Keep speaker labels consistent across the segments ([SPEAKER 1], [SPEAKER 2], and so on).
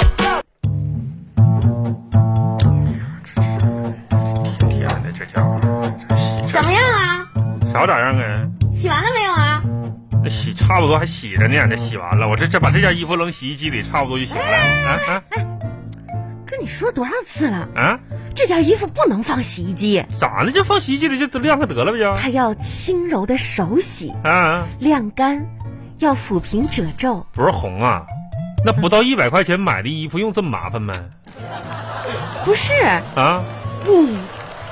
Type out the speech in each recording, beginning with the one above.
[SPEAKER 1] 啊不多还洗着呢，这洗完了，我这这把这件衣服扔洗衣机里差不多就行了。啊
[SPEAKER 2] 跟你说多少次了，
[SPEAKER 1] 啊啊！
[SPEAKER 2] 这件衣服不能放洗衣机，
[SPEAKER 1] 咋的？就放洗衣机里就晾开得了呗就。
[SPEAKER 2] 它要轻柔的手洗
[SPEAKER 1] 啊啊，
[SPEAKER 2] 晾干，要抚平褶皱。
[SPEAKER 1] 不是红啊，那不到一百块钱买的衣服用这么麻烦吗？
[SPEAKER 2] 不是
[SPEAKER 1] 啊，
[SPEAKER 2] 你，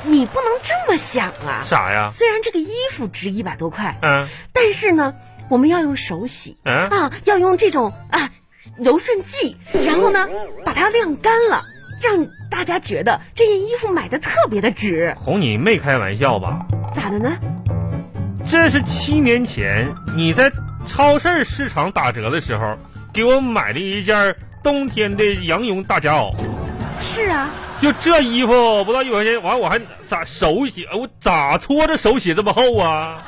[SPEAKER 2] 你不能这么想啊！
[SPEAKER 1] 啥呀？
[SPEAKER 2] 虽然这个衣服值一百多块，
[SPEAKER 1] 嗯
[SPEAKER 2] 但是呢，我们要用手洗
[SPEAKER 1] 嗯，
[SPEAKER 2] 啊，要用这种啊柔顺剂，然后呢，把它晾干了，让大家觉得这件衣服买的特别的值，
[SPEAKER 1] 红你没开玩笑吧？
[SPEAKER 2] 咋的呢？
[SPEAKER 1] 这是七年前你在超市市场打折的时候给我买的一件冬天的羊绒大夹袄，
[SPEAKER 2] 是啊，
[SPEAKER 1] 就这衣服不到一百块钱，完我还咋手洗？我咋搓着手洗这么厚啊？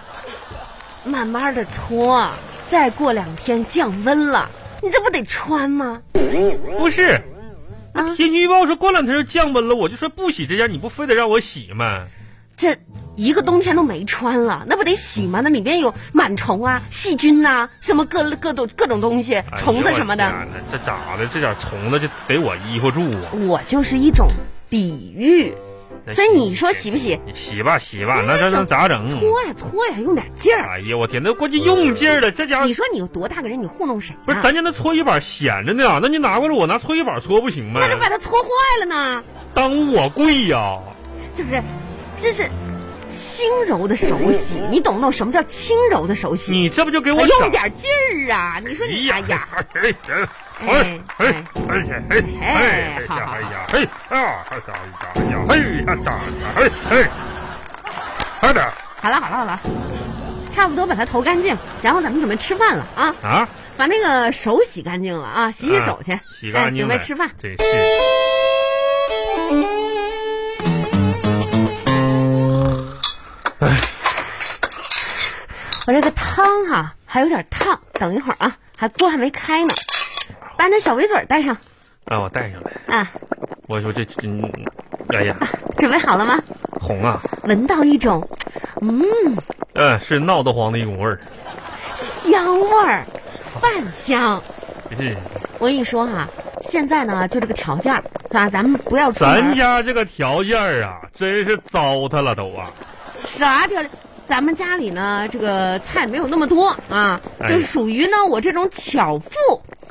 [SPEAKER 2] 慢慢的脱，再过两天降温了，你这不得穿吗？
[SPEAKER 1] 不是，
[SPEAKER 2] 啊，
[SPEAKER 1] 天气预报说过两天就降温了，我就说不洗这件，你不非得让我洗吗？
[SPEAKER 2] 这一个冬天都没穿了，那不得洗吗？那里边有螨虫啊、细菌呐、什么各各种各种东西、
[SPEAKER 1] 哎
[SPEAKER 2] 虫子什么的。
[SPEAKER 1] 呦我天哪这咋的？这点虫子就得我依附住啊！
[SPEAKER 2] 我就是一种比喻，
[SPEAKER 1] 那
[SPEAKER 2] 所以你说洗不洗？
[SPEAKER 1] 你洗吧洗吧，那这能咋整？啊
[SPEAKER 2] 搓呀搓呀，用点劲儿。
[SPEAKER 1] 哎呀，我天，那关键用劲儿了，这家伙
[SPEAKER 2] 你说你有多大个人，你糊弄谁啊呢？
[SPEAKER 1] 不是咱家那搓衣板闲着呢，那你拿过来我拿搓衣板搓不行吗
[SPEAKER 2] 那？就把它搓坏了呢，
[SPEAKER 1] 耽误我贵呀、
[SPEAKER 2] 是不是？这是轻柔的手洗，你懂不懂什么叫轻柔的手洗？
[SPEAKER 1] 嗯你这不就给我
[SPEAKER 2] 哎
[SPEAKER 1] 整
[SPEAKER 2] 用？点劲儿啊！你说你哎呀，，
[SPEAKER 1] 哎呀，哎哎哎哎哎呀哎呀哎呀哎呀哎呀哎呀哎呀哎哎，快点
[SPEAKER 2] 哎好了好了好了，差不多把它投干净，然后咱们准备吃饭了啊！
[SPEAKER 1] 啊！
[SPEAKER 2] 把那个手洗干净了啊，洗洗手去，
[SPEAKER 1] 嗯洗干净，
[SPEAKER 2] 哎，准备吃饭。。
[SPEAKER 1] 真是。
[SPEAKER 2] 我这个汤哈、还有点烫，等一会儿啊，还锅还没开呢。把那小围嘴儿带上
[SPEAKER 1] 啊，我带上来。
[SPEAKER 2] 啊，
[SPEAKER 1] 我说这真，哎呀，
[SPEAKER 2] 准备好了吗？
[SPEAKER 1] 红啊，
[SPEAKER 2] 闻到一种，嗯，
[SPEAKER 1] 嗯，是闹得慌的一股味儿。
[SPEAKER 2] 香味儿，饭香。我跟你说哈、现在呢就这个条件儿啊，咱们不要出
[SPEAKER 1] 咱
[SPEAKER 2] 门。
[SPEAKER 1] 家这个条件啊，真是糟蹋了都啊！
[SPEAKER 2] 啥条件？咱们家里呢这个菜没有那么多啊，
[SPEAKER 1] 哎
[SPEAKER 2] 就是属于呢我这种巧妇。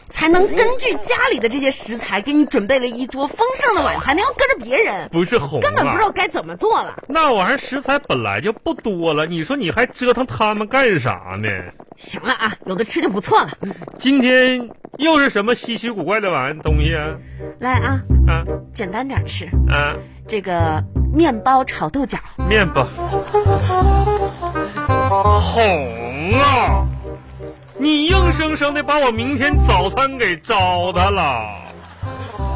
[SPEAKER 2] 才能根据家里的这些食材给你准备了一桌丰盛的晚餐，你要跟着别人，
[SPEAKER 1] 不是红
[SPEAKER 2] 根本不知
[SPEAKER 1] 啊
[SPEAKER 2] 道，该怎么做了。
[SPEAKER 1] 那玩意儿食材本来就不多了，你说你还折腾他们干啥呢？
[SPEAKER 2] 行了啊，有的吃就不错了。
[SPEAKER 1] 今天又是什么稀奇古怪的玩意东西啊？
[SPEAKER 2] 来啊，
[SPEAKER 1] 啊
[SPEAKER 2] 简单点吃，
[SPEAKER 1] 啊，
[SPEAKER 2] 这个面包炒豆角，
[SPEAKER 1] 面包。红啊！你硬生生的把我明天早餐给糟蹋了。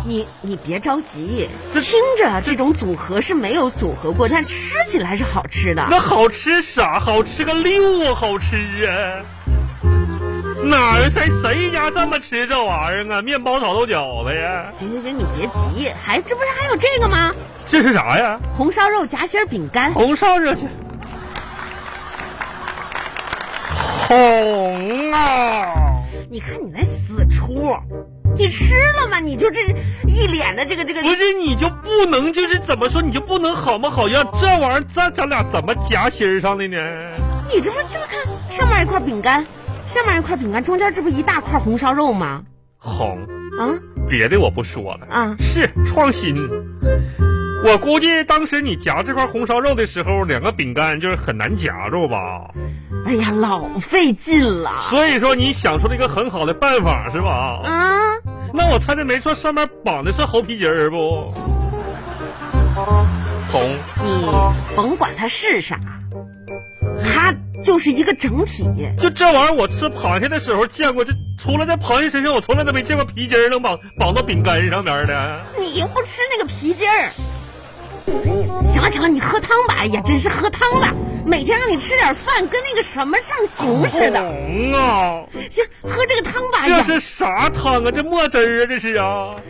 [SPEAKER 2] 你你别着急，
[SPEAKER 1] 这
[SPEAKER 2] 听着这种组合是没有组合过，但吃起来是好吃的。
[SPEAKER 1] 那好吃啥？好吃个六啊！好吃啊！哪儿在谁家这么吃这玩意儿啊？面包炒豆角子呀？
[SPEAKER 2] 行行行，你别急，还这不是还有这个吗？
[SPEAKER 1] 这是啥呀？
[SPEAKER 2] 红烧肉夹心儿饼干，
[SPEAKER 1] 红烧热去。红啊！
[SPEAKER 2] 你看你那死出，你吃了吗？你就这一脸的这个这个
[SPEAKER 1] 不，是你就不能就是怎么说你就不能好模好样？这玩意儿这咱俩怎么夹心儿上的呢？
[SPEAKER 2] 你这不这不看上面一块饼干，下面一块饼干，中间这不一大块红烧肉吗？
[SPEAKER 1] 红，
[SPEAKER 2] 啊，
[SPEAKER 1] 别的我不说了
[SPEAKER 2] 啊
[SPEAKER 1] 是创新。我估计当时你夹这块红烧肉的时候，两个饼干就是很难夹住吧？
[SPEAKER 2] 哎呀，老费劲了。
[SPEAKER 1] 所以说你想出了一个很好的办法是吧？
[SPEAKER 2] 啊，
[SPEAKER 1] 那我猜的没错，上面绑的是猴皮筋儿不？红，
[SPEAKER 2] 你甭管它是啥，它就是一个整体。
[SPEAKER 1] 就这玩意儿，我吃螃蟹的时候见过，就除了在螃蟹身上，我从来都没见过皮筋儿能绑绑到饼干上面的。
[SPEAKER 2] 你又不吃那个皮筋儿。行了行了，你喝汤吧。哎呀，真是喝汤吧。每天让你吃点饭，跟那个什么上刑似的。
[SPEAKER 1] 红啊，
[SPEAKER 2] 行，喝这个汤吧。哎
[SPEAKER 1] 这
[SPEAKER 2] 呀，
[SPEAKER 1] 是啥汤啊？这墨汁儿啊，这是啊。
[SPEAKER 2] 哎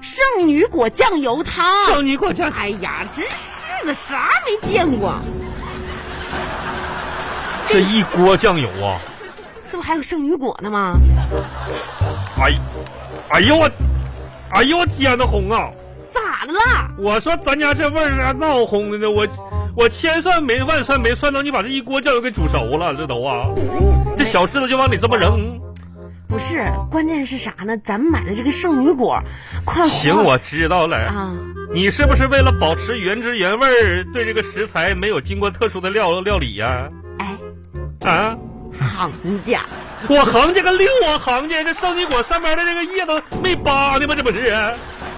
[SPEAKER 2] 圣女果酱油汤。
[SPEAKER 1] 叫你管钱，
[SPEAKER 2] 哎呀，真是的，啥没见过？
[SPEAKER 1] 这一锅酱油啊，
[SPEAKER 2] 这不还有圣女果呢吗？
[SPEAKER 1] 哎，哎呦我，哎呦我天呐，红啊！
[SPEAKER 2] 咋的啦？
[SPEAKER 1] 我说咱家这味儿咋闹哄的呢？我我千算没万算没算到你把这一锅酱油给煮熟了，这都啊，这小柿子就往里这么扔。
[SPEAKER 2] 不是，关键是啥呢？咱们买的这个圣女果，快
[SPEAKER 1] 行，我知道了。
[SPEAKER 2] 啊，
[SPEAKER 1] 你是不是为了保持原汁原味儿，对这个食材没有经过特殊的料料理呀、
[SPEAKER 2] 哎，
[SPEAKER 1] 啊？啊，
[SPEAKER 2] 行家，
[SPEAKER 1] 我行家个六啊，行家这圣女果上面的这个叶子没扒呢吗？这不是，啊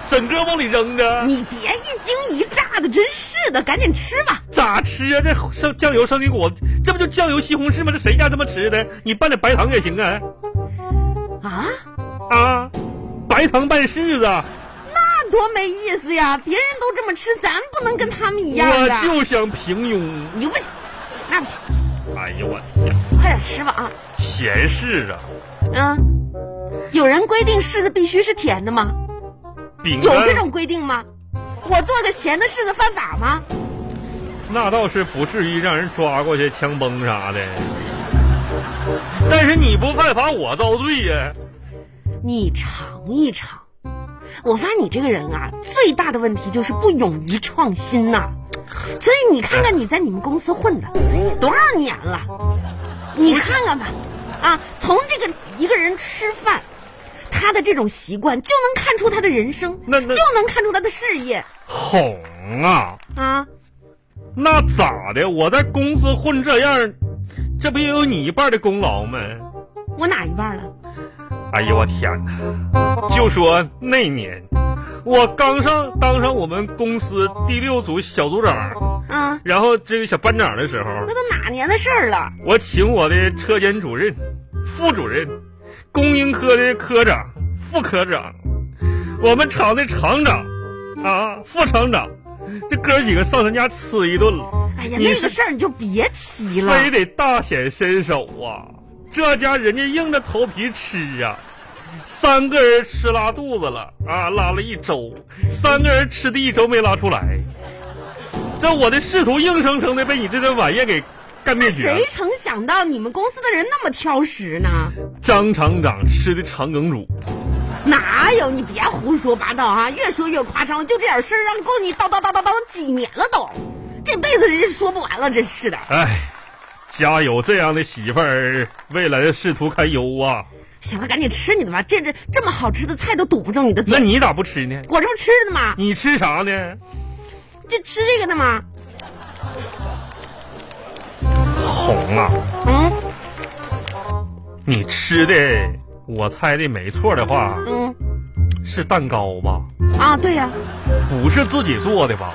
[SPEAKER 1] 整个往里扔啊着，
[SPEAKER 2] 你别一惊一乍的，真是的，赶紧吃吧。
[SPEAKER 1] 咋吃啊？这圣酱油圣女果，这不就酱油西红柿吗？这谁家这么吃的？你拌点白糖也行啊。
[SPEAKER 2] 啊，
[SPEAKER 1] 啊，白糖拌柿子，
[SPEAKER 2] 那多没意思呀！别人都这么吃，咱不能跟他们一样
[SPEAKER 1] 我
[SPEAKER 2] 啊！
[SPEAKER 1] 就想平庸。
[SPEAKER 2] 你不行，那不行，
[SPEAKER 1] 哎呦我天，
[SPEAKER 2] 快点吃吧啊！
[SPEAKER 1] 闲事啊，
[SPEAKER 2] 嗯，有人规定柿子必须是甜的吗？
[SPEAKER 1] 饼
[SPEAKER 2] 有
[SPEAKER 1] 干
[SPEAKER 2] 这种规定吗？我做个咸的柿子犯法吗？
[SPEAKER 1] 那倒是不至于让人抓过去枪崩啥的。但是你不犯法，我遭罪呀、
[SPEAKER 2] 你尝一尝。我发现你这个人啊，最大的问题就是不勇于创新呐、所以你看看你在你们公司混的多少年了，你看看吧，啊，从这个一个人吃饭，他的这种习惯就能看出他的人生，
[SPEAKER 1] 那那
[SPEAKER 2] 就能看出他的事业
[SPEAKER 1] 哄啊，
[SPEAKER 2] 啊。
[SPEAKER 1] 那咋的？我在公司混这样，这不也有你一半的功劳吗？
[SPEAKER 2] 我哪一半了？
[SPEAKER 1] 哎呦我天哪！就说那年，我刚上当上我们公司第六组小组长，
[SPEAKER 2] 啊，
[SPEAKER 1] 然后这个小班长的时候，
[SPEAKER 2] 那都哪年的事儿了？
[SPEAKER 1] 我请我的车间主任、副主任、供应科的科长、副科长，我们厂的厂长，啊，副厂长，这哥几个上咱家吃一顿了，
[SPEAKER 2] 哎呀，
[SPEAKER 1] 你
[SPEAKER 2] 那
[SPEAKER 1] 是
[SPEAKER 2] 个事儿你就别提了。
[SPEAKER 1] 非得大显身手啊！这家人家硬着头皮吃啊，三个人吃拉肚子了啊，拉了一周，三个人吃的一周没拉出来，这我的仕途硬生生的被你这顿晚宴给干灭绝了
[SPEAKER 2] 谁。曾想到你们公司的人那么挑食呢？
[SPEAKER 1] 张厂长吃的肠梗阻。
[SPEAKER 2] 哪有你别胡说八道啊！越说越夸张，就这点事儿让够你叨叨叨叨叨几年了都，这辈子真是说不完了，真是的。
[SPEAKER 1] 哎，家有这样的媳妇儿，未来的仕途堪忧啊！
[SPEAKER 2] 行了，赶紧吃你的吧，这这这么好吃的菜都堵不住你的
[SPEAKER 1] 那
[SPEAKER 2] 嘴。
[SPEAKER 1] 你咋不吃呢？
[SPEAKER 2] 我这不吃的吗？
[SPEAKER 1] 你吃啥呢？
[SPEAKER 2] 就吃这个的吗？
[SPEAKER 1] 红啊！
[SPEAKER 2] 嗯
[SPEAKER 1] 你吃的，我猜的没错的话，
[SPEAKER 2] 嗯
[SPEAKER 1] 是蛋糕吧？
[SPEAKER 2] 啊，对呀、
[SPEAKER 1] 不是自己做的吧？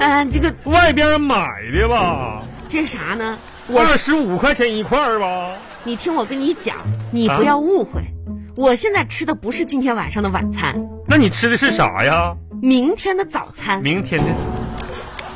[SPEAKER 2] 哎，这个
[SPEAKER 1] 外边买的吧？
[SPEAKER 2] 这啥呢？我
[SPEAKER 1] 二十五块钱一块儿吧？
[SPEAKER 2] 你听我跟你讲，你
[SPEAKER 1] 啊
[SPEAKER 2] 不要误会，我现在吃的不是今天晚上的晚餐，
[SPEAKER 1] 那你吃的是啥呀？
[SPEAKER 2] 明天的早餐。
[SPEAKER 1] 明天的哎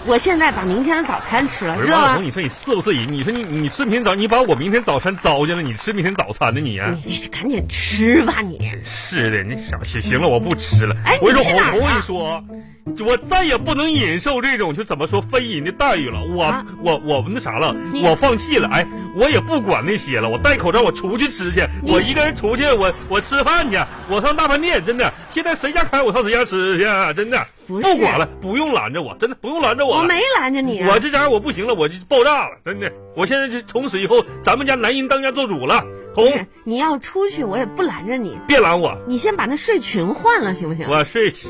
[SPEAKER 2] 我现在把明天的早餐吃了，
[SPEAKER 1] 不
[SPEAKER 2] 知
[SPEAKER 1] 是
[SPEAKER 2] 道
[SPEAKER 1] 王
[SPEAKER 2] 吗
[SPEAKER 1] 总，？你说你是不是人？你说你你吃明天早，你把我明天早餐糟践了，你吃明天早餐呢你、啊
[SPEAKER 2] 你这是赶紧吃吧你！
[SPEAKER 1] 真是的，你想行行了，我不吃了。
[SPEAKER 2] 嗯哎
[SPEAKER 1] 我跟你
[SPEAKER 2] 你
[SPEAKER 1] 说，
[SPEAKER 2] 去哪
[SPEAKER 1] 我我
[SPEAKER 2] 儿
[SPEAKER 1] 跟
[SPEAKER 2] 啊
[SPEAKER 1] 你说，我再也不能忍受这种就怎么说非人的待遇了。我、
[SPEAKER 2] 啊
[SPEAKER 1] 我我那啥了，
[SPEAKER 2] 你
[SPEAKER 1] 我放弃了。哎，我也不管那些了，我戴口罩，我出去吃去，
[SPEAKER 2] 你
[SPEAKER 1] 我一个人出去，我我吃饭去，我上大饭店，真的。现在谁家开我上谁家吃去，啊真的。
[SPEAKER 2] 不是
[SPEAKER 1] 不管了，不用拦着我，真的不用拦着我
[SPEAKER 2] 我
[SPEAKER 1] 了。
[SPEAKER 2] 没拦着你啊，
[SPEAKER 1] 我这家伙我不行了，我就爆炸了，真的。我现在就从此以后，咱们家男人当家做主了。
[SPEAKER 2] 不
[SPEAKER 1] 红，
[SPEAKER 2] 是你要出去，我也不拦着你。
[SPEAKER 1] 别拦我，
[SPEAKER 2] 你先把那睡裙换了行不行？
[SPEAKER 1] 我睡去。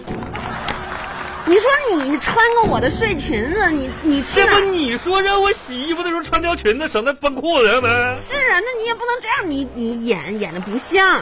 [SPEAKER 2] 你说你穿过我的睡裙子，你你去
[SPEAKER 1] 这
[SPEAKER 2] 哪
[SPEAKER 1] 不
[SPEAKER 2] 儿？
[SPEAKER 1] 你说让我洗衣服的时候穿条裙子，省得崩裤子吗？
[SPEAKER 2] 是啊，那你也不能这样，你你演演的不像。